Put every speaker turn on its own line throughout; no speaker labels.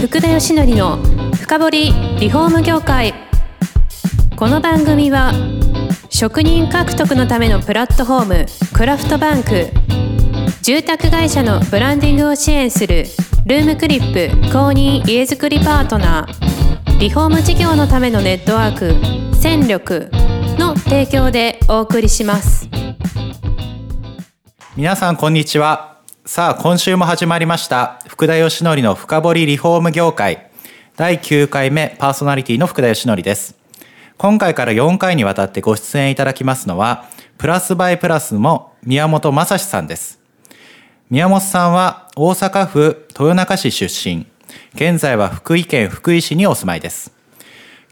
福田義則の深掘りリフォーム業界この番組は職人獲得のためのプラットフォームクラフトバンク住宅会社のブランディングを支援するルームクリップ公認家づくりパートナーリフォーム事業のためのネットワーク戦力の提供でお送りします
皆さんこんにちはさあ今週も始まりました福田義則の深掘りリフォーム業界第9回目パーソナリティの福田義則です今回から4回にわたってご出演いただきますのはプラスバイプラスの宮本正史さんです宮本さんは大阪府豊中市出身現在は福井県福井市にお住まいです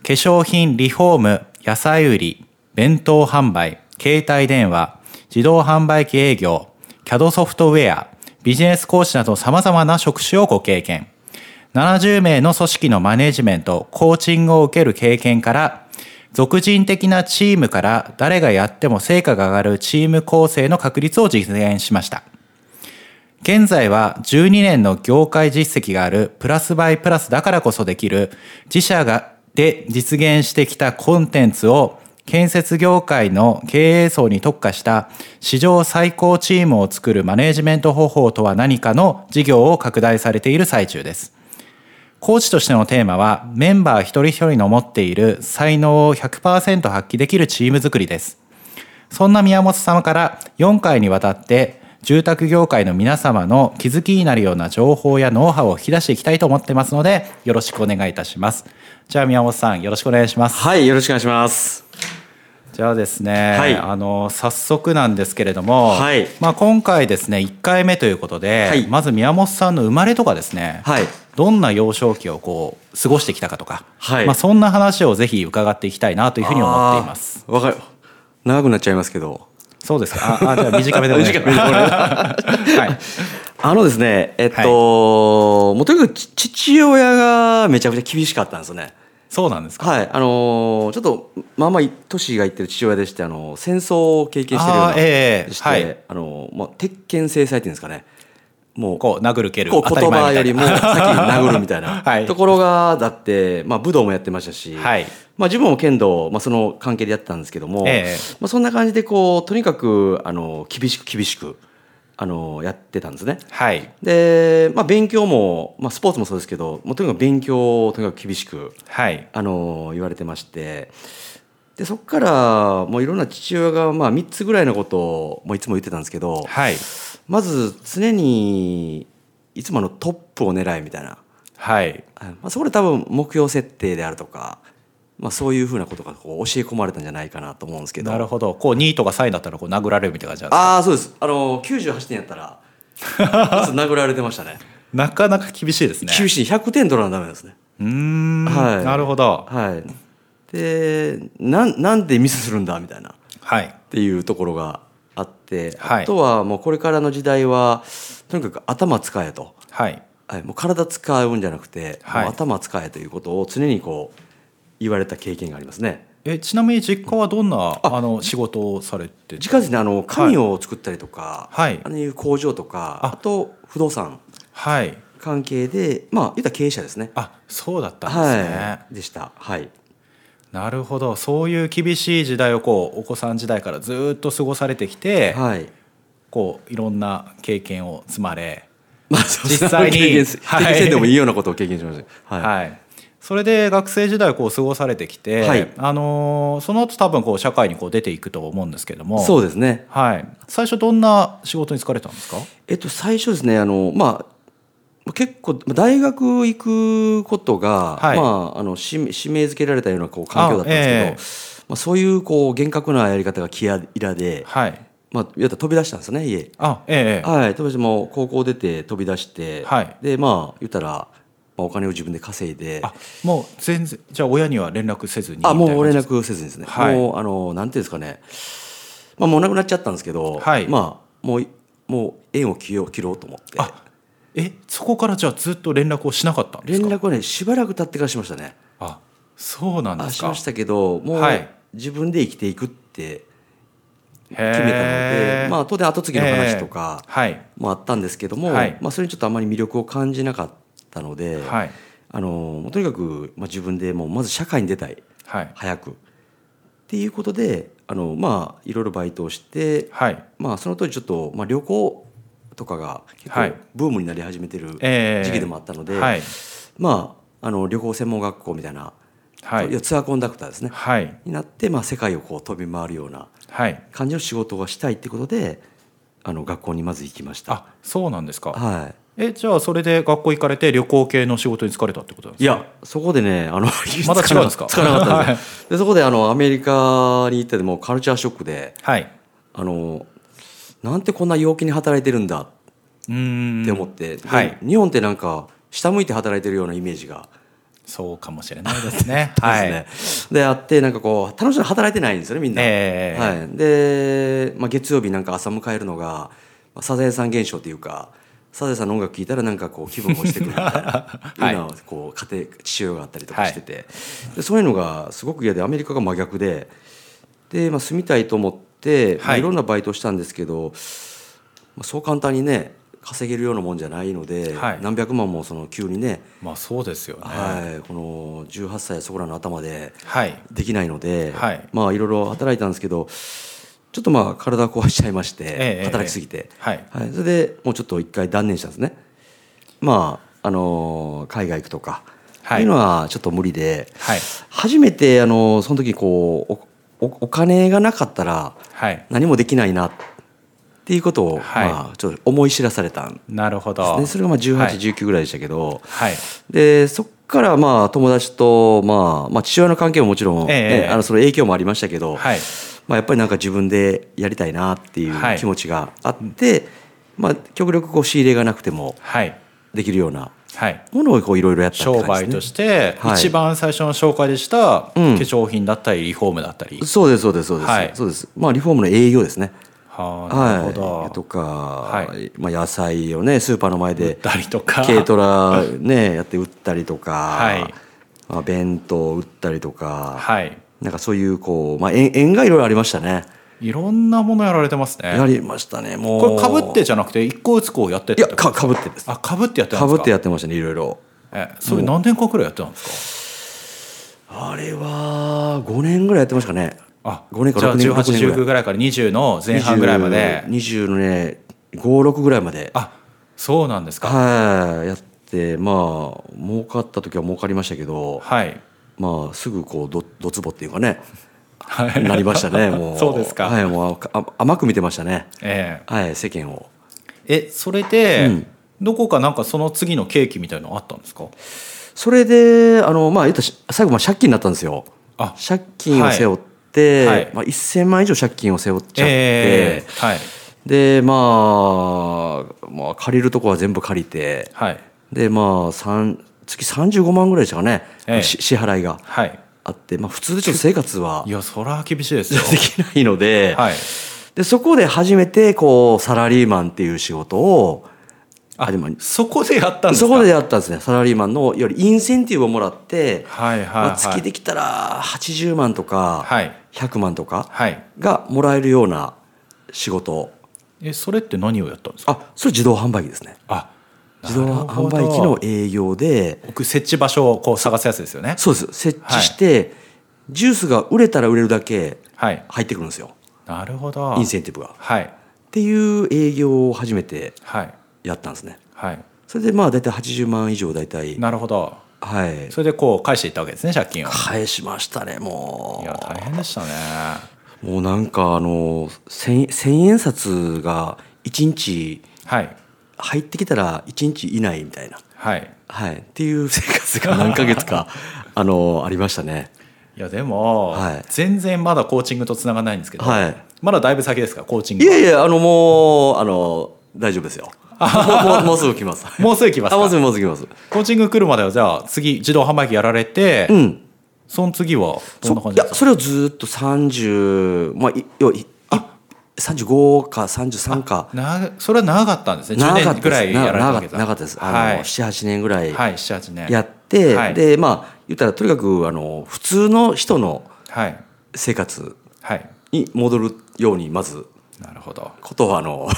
化粧品リフォーム野菜売り弁当販売携帯電話自動販売機営業 CAD ソフトウェアビジネス講師など様々な職種をご経験70名の組織のマネジメントコーチングを受ける経験から俗人的なチームから誰がやっても成果が上がるチーム構成の確立を実現しました現在は12年の業界実績があるプラスバイプラスだからこそできる自社がで実現してきたコンテンツを建設業界の経営層に特化した史上最高チームを作るマネージメント方法とは何かの事業を拡大されている最中です。コーチとしてのテーマはメンバー一人一人の持っている才能を100%発揮できるチーム作りです。そんな宮本様から4回にわたって住宅業界の皆様の気づきになるような情報やノウハウを引き出していきたいと思ってますのでよろしくお願いいたします。じゃあ宮本さんよろしくお願いします。
はい、よろしくお願いします。
じゃあですね、
はい
あの早速なんですけれども、
はい
まあ、今回ですね1回目ということで、
はい
まず宮本さんの生まれとかですね、
はい
どんな幼少期をこう過ごしてきたかとか、
はい
まあ、そんな話をぜひ伺っていきたいなというふうに思っています。
あー。わかる。長くなっちゃいますけど。
そうですかああじゃあ短めでお願いします。
短めで
はい、
あのですね、えっと、もうとにかくち父親がめちゃくちゃ厳しかったんですよね。
そうなんですか。
はい、あのーちょっと、まあまあ、年がいってる父親でして、あのー戦争を経験してるよう
あー
な
ええ
でして、
はい
あのーまあ、鉄拳制裁っていうんですかね。もう、
こう殴る蹴る
こう
当たり
言
前みた
葉
いな
よりも先に殴るみたいな、
はい
ところがだって、まあ、武道もやってましたし、
はい
まあ、自分も剣道、まあ、その関係でやってたんですけども、
ええ
まあ、そんな感じでこうとにかくあの厳しく厳しくあのやってたんですね。
はい
で、まあ、勉強も、まあ、スポーツもそうですけどもうとにかく勉強をとにかく厳しく
はい
あの言われてましてでそこからもういろんな父親が、まあ、3つぐらいのことをもういつも言ってたんですけど、
はい
まず常にいつもあのトップを狙いみたいな、
はい
あまあ、そこで多分目標設定であるとか、まあ、そういうふうなことがこう教え込まれたんじゃないかなと思うんですけど
なるほどこう2位とか3位だったらこう殴られるみたいな感じなんですか
ああそうですあの98点やった らまず殴られてましたね
なかなか厳しいですね。
九死に100点取らなダメなんですね
うーん、
はい
なるほど。
はいでなんなんでミスするんだみたいな
はい。
っていうところがあって、
はい
あとはもうこれからの時代はとにかく頭使えと
はい。
はい、もう体使うんじゃなくて、
はい
もう頭使えということを常にこう言われた経験がありますね。
え、ちなみに実家はどんな、あの、仕事をされて。
近々あの紙を作ったりとか、
はい
あのいう工場とか、
あ
あと不動産
はい。
関係で、まあ言ったら経営者ですね。
あ、そうだったんですね。
はい、でした。はい。
なるほど。そういう厳しい時代を、こう、お子さん時代からずっと過ごされてきて。
はい。
こう、いろんな経験を積まれ。
まあそう
実際に
経験す
はい
経験せんでもいいようなことを経験しました。
はい。
はい。
それで学生時代をこう過ごされてきて、
はい
あのーその後多分こう社会にこう出ていくと思うんですけども
そうですね。
はい、最初どんな仕事に就かれたんですか
えっと最初ですねあのまあ結構まあ大学行くことが、
はい
まあ、あの指名指名付けられたようなこう環境だったんですけどまあ、そういうこう厳格なやり方が嫌いで、
はい
まあ、やったら飛び出したんですよね家、
あええ
はい、飛び出してもう高校出て飛び出して、
はい
でまあ言ったら、まあ、お金を自分で稼いで
あもう全然じゃあ親には連絡せずに
あもう
みたい
連
な感じ
絡せずにですね、
はい
もうあのなんていうんですかね、まあ、もうなくなっちゃったんですけど、
はい
まあもうもう縁を切ろう切ろうと思って。
あえそこからじゃあずっと連絡をしなかったんです
連
か
絡はねしばらく経ってからしましたね
あそうなんで
あ
す
し
か
ましたけどもう、
はい
自分で生きていくって
決
決めたので、まあ、当然後継ぎの話とか
はい
もあったんですけども、
はい
まあ、それにちょっとあまり魅力を感じなかったので、
はい
あのもうとにかく、まあ、自分でもうまず社会に出たい
はい
早くっていうことであのまあいろいろバイトをして、
はい
まあ、その当時ちょっと、まあ、旅行とかが結
はい
構ブームになり始めてる
えー
時期でもあったので、
はい
まあ、あの旅行専門学校みたいな、
はい
やツアーコンダクターですね、
はい
になって、まあ、世界をこう飛び回るような
はい
感じの仕事がしたいってことであの学校にまず行きました。
あそうなんですか
はい
えじゃあそれで学校行かれて旅行系の仕事に疲れたってことなんで
い
すか
やそこでねあの
まだ違うんですか
つなかったんですよでそこであのアメリカに行ってもうカルチャーショックで
はい
あのなんてこんな陽気に働いてるんだっ
うーん
て思って、で
はい
日本ってなんか下向いて働いてるようなイメージが、
そうかもしれない ですね
はいであってなんかこう楽しそうに働いてないんですよねみんな、
ええ
はい、で、まあ、月曜日なんか朝迎えるのが、まあ、サザエさん現象というかサザエさんの音楽聴いたらなんかこう気分落ちてくるみたいな、
はい
いうのはこう家庭父親があったりとかしてて、でそういうのがすごく嫌でアメリカが真逆でで、まあ、住みたいと思って、まあ
はい
いろんなバイトをしたんですけど、まあ、そう簡単にね稼げるようなもんじゃないので、
はい
何百万もその急にね、
まあそうですよね
はい、この18歳そこらの頭で
はい
できないので、
はい
まあいろいろ働いたんですけどちょっとまあ体壊しちゃいまして、
ええ
働きすぎて、
はい
はい、それでもうちょっと一回断念したんですねまああのー海外行くとか、
はい
い、うのはちょっと無理で、
はい
初めてあのーその時こうおおお金がなかったら
はい
何もできないなっていうことを、
はい
まあちょっと思い知らされたん
なるほ
です
ど
ねそれがまあ18、
はい
19ぐらいでしたけど、
はい
でそっからまあ友達と、まあ、まあ父親の関係ももちろん、
ええ
ねあのその影響もありましたけど、
はい
まあ、やっぱりなんか自分でやりたいなってい
はいう
気持ちがあって、まあ、極力こう仕入れがなくても
はい
できるような
はい
ものをこういろいろやったって感
商
じです、ね、
売として
はい
一番最初の紹介でした化
うん
粧品だったりリフォームだったり、
そうですそうですそうです、
はい
そうですまあリフォームの営業ですね
はあな
は
るほ
いと
ど、
か、
は
まあ、野菜をねスーパーの前で
だりとか
軽トラねやって売ったりとか、
はい
まあ、弁当を売ったりとか、
はい
なんかそういうこう、まあ、縁縁がいろいろありましたね。
いろんなものやられてます
や
ね
りましたね。もう
これかぶってじゃなくて一個ずつこうやってっ
い
て
や
こと
かかぶってです。
あかぶってやってた
か
んです
ぶ
か
ってやってましたねいろいろ。
えそれ何年間くらいやってたんです
あれは五年ぐらいやってましたかね。
かあ
五年か
じゃあ
六年六
1819
年ぐらい
ぐらいから20の前半ぐらいまで
二十のね五六ぐらいまで。
あそうなんですか
はいやってまあ儲かった時は儲かりましたけど、
はい
まあすぐこうどどつぼっていうかね
はい
なりました ねもう。
そうですか、
はいもうああ甘く見てましたね。
え
はい世間を。
ええそれで、
うん
どこかなんかその次のケーキみたいなのあったんですか
それであの、まあ、言ったらし最後まあ借金になったんですよ
あ
借金を背負って、
はいはい
まあ、1000万円以上借金を背負っちゃって、
ええはい
で、まあ、まあ借りるとこは全部借りて
はい
で、まあ、三月35万ぐらいでしたかね、
ええ
し支払いが
はい
あって、まあ、普通でちょっと生活はい
やそら厳しい です
で
よ
きないので,、
はい
でそこで初めてこうサラリーマンっていう仕事を
あ
でも
そこでやったんですか
そこでやったんですねサラリーマンのよりインセンティブをもらって、
はいはい、はい
まあ、月できたら80万とか
はい
100万とか
はい
がもらえるような仕事
えそれって何をやったんですか
あそれ自動販売機ですね
あ
自動
なるほ
販
ど
売機の営業で
僕設置場所をこう探すやつですよね
そうです設置して、ジュースが売れたら売れるだけ
はい
入ってくるんですよ
なるほど
インセンティブが。っ
はい
ていう営業を初めて
はい
やったんですね
はい
それでまあ大体80万以上大体
なるほど
はい
それでこう返していったわけですね借金を
返しましたねも
いうや大変でしたね
もうなんかあの千千円札が1日
はい
入ってきたら1日以内みたいな、
はい
はい、っていう生活が何ヶ 月かあのありましたね
いやでも、
はい
全然まだコーチングとつながらないんですけど、
はい
まだだいぶ先ですかコーチン
い
グは
やいやあのもうあの大丈夫ですよもう もうもうすぐ来ます
もうすぐ来ます
あもうす
か
ぐもうすぐ来ます
コーチング来るまではじゃあ次自動販売機やられて、
うん
その次はどんな
そ
感
い
じで
や
すか
それをずっと30まあい要はい35か33か
なそれは長かったんですね
長
10
かった
年ぐら
です
いやら
な
れたわ
長か
け
っ
だ
た長かったですあの、
はい、
78年ぐらい
はい、78年
やって、
はい
でまあ言ったらとにかくあの普通の人の
はい
生活
はい
に戻るようにまず
なるほど
ことはあの、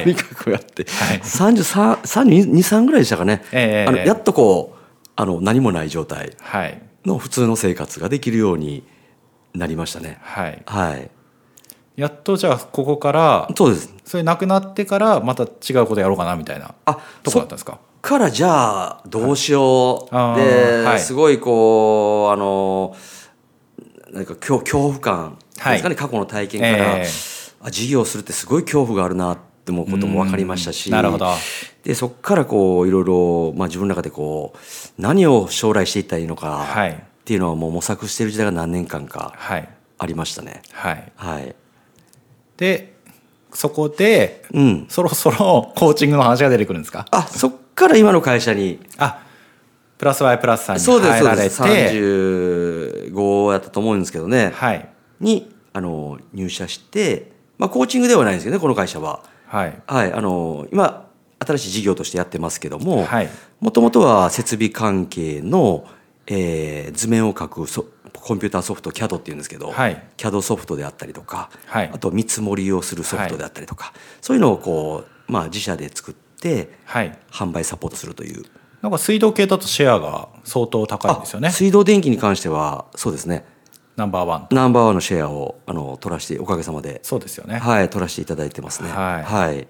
い
とにかくやって、
はい
3 3 3 2 3ぐらいでしたかね、
ええ
あのやっとこうあの何もない状態
はい
の普通の生活ができるようになりましたね。
はい
はい、
やっとじゃあここから
そうです
それなくなってからまた違うことやろうかなみたいな
あ
とこ
そ
だっ
った
んですか
からじゃあどうしよう、
はいあー
で、
はい
すごいこうあのなんか恐恐怖感ですかね、過去の体験から、
ええ
あ事業するってすごい恐怖があるなって思うことも分かりましたし
うんなるほど
でそこからこういろいろ、まあ、自分の中でこう何を将来していったらいいのか、
はい
っていうのはもう模索している時代が何年間か
はい
ありましたね。
はい
はい、
でそこで
うん、
そろそろコーチングの話が出てくるんですか
あそっから今の会社に
あプラス Y プラスさんに
そうです
入
そう
られ
で
て
す35やったと思うんですけどね、
はい
にあの入社して、まあ、コーチングではないんですけどねこの会社は、
はい
はい、あの今新しい事業としてやってますけども
はい
もともとは設備関係の、えー図面を書くソコンピューターソフト CAD っていうんですけど、
はい
CAD ソフトであったりとか、
はい
あと見積もりをするソフトであったりとか、そういうのをこう、まあ、自社で作って
はい
販売サポートするという。
なんか水道系だとシェアが相当高いんですよね
あ水道電気に関してはそうですね
ナンバーワン
ナンバーワンのシェアをあの取らせておかげさまで、
そうですよね、
はい、取らせていただいてますね。
はい
っ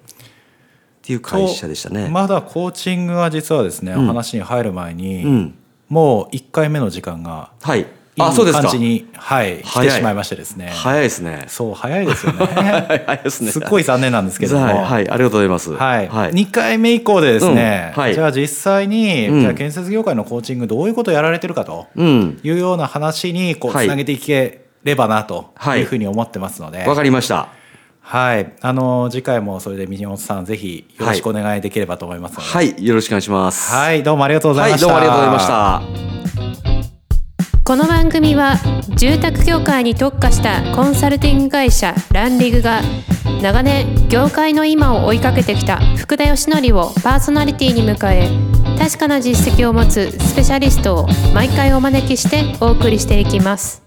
ていう会社でしたね。
とまだコーチングは実はですね、
ん
話に入る前に、
うん
もう1回目の時間が
はい。
い
あ、そう
い
です
感
か。
じに、はい、来
早い
てしまいましてですね、
早いですね。
そう早いですよ
早
ね
いですね。
すっごい残念なんですけども、
はい、はい、ありがとうございます。
はい
はい。
2回目以降でですね、
うんはい
じゃあ実際に、
うん
じゃあ建設業界のコーチングどういうことをやられてるかと
うん。
いうような話にこう
はい
つなげていければなと
はい
いうふうに思ってますので、はい
わかりました。
あの次回もそれでミニオンさんぜひよろしくお願いできればと思いますので、はい
はい、よろしくお願いします。
どうもありがとうござい
は
ま
い、
した、
どうもありがとうございました。
この番組は住宅業界に特化したコンサルティング会社ランリグが長年業界の今を追いかけてきた福田義則をパーソナリティに迎え確かな実績を持つスペシャリストを毎回お招きしてお送りしていきます。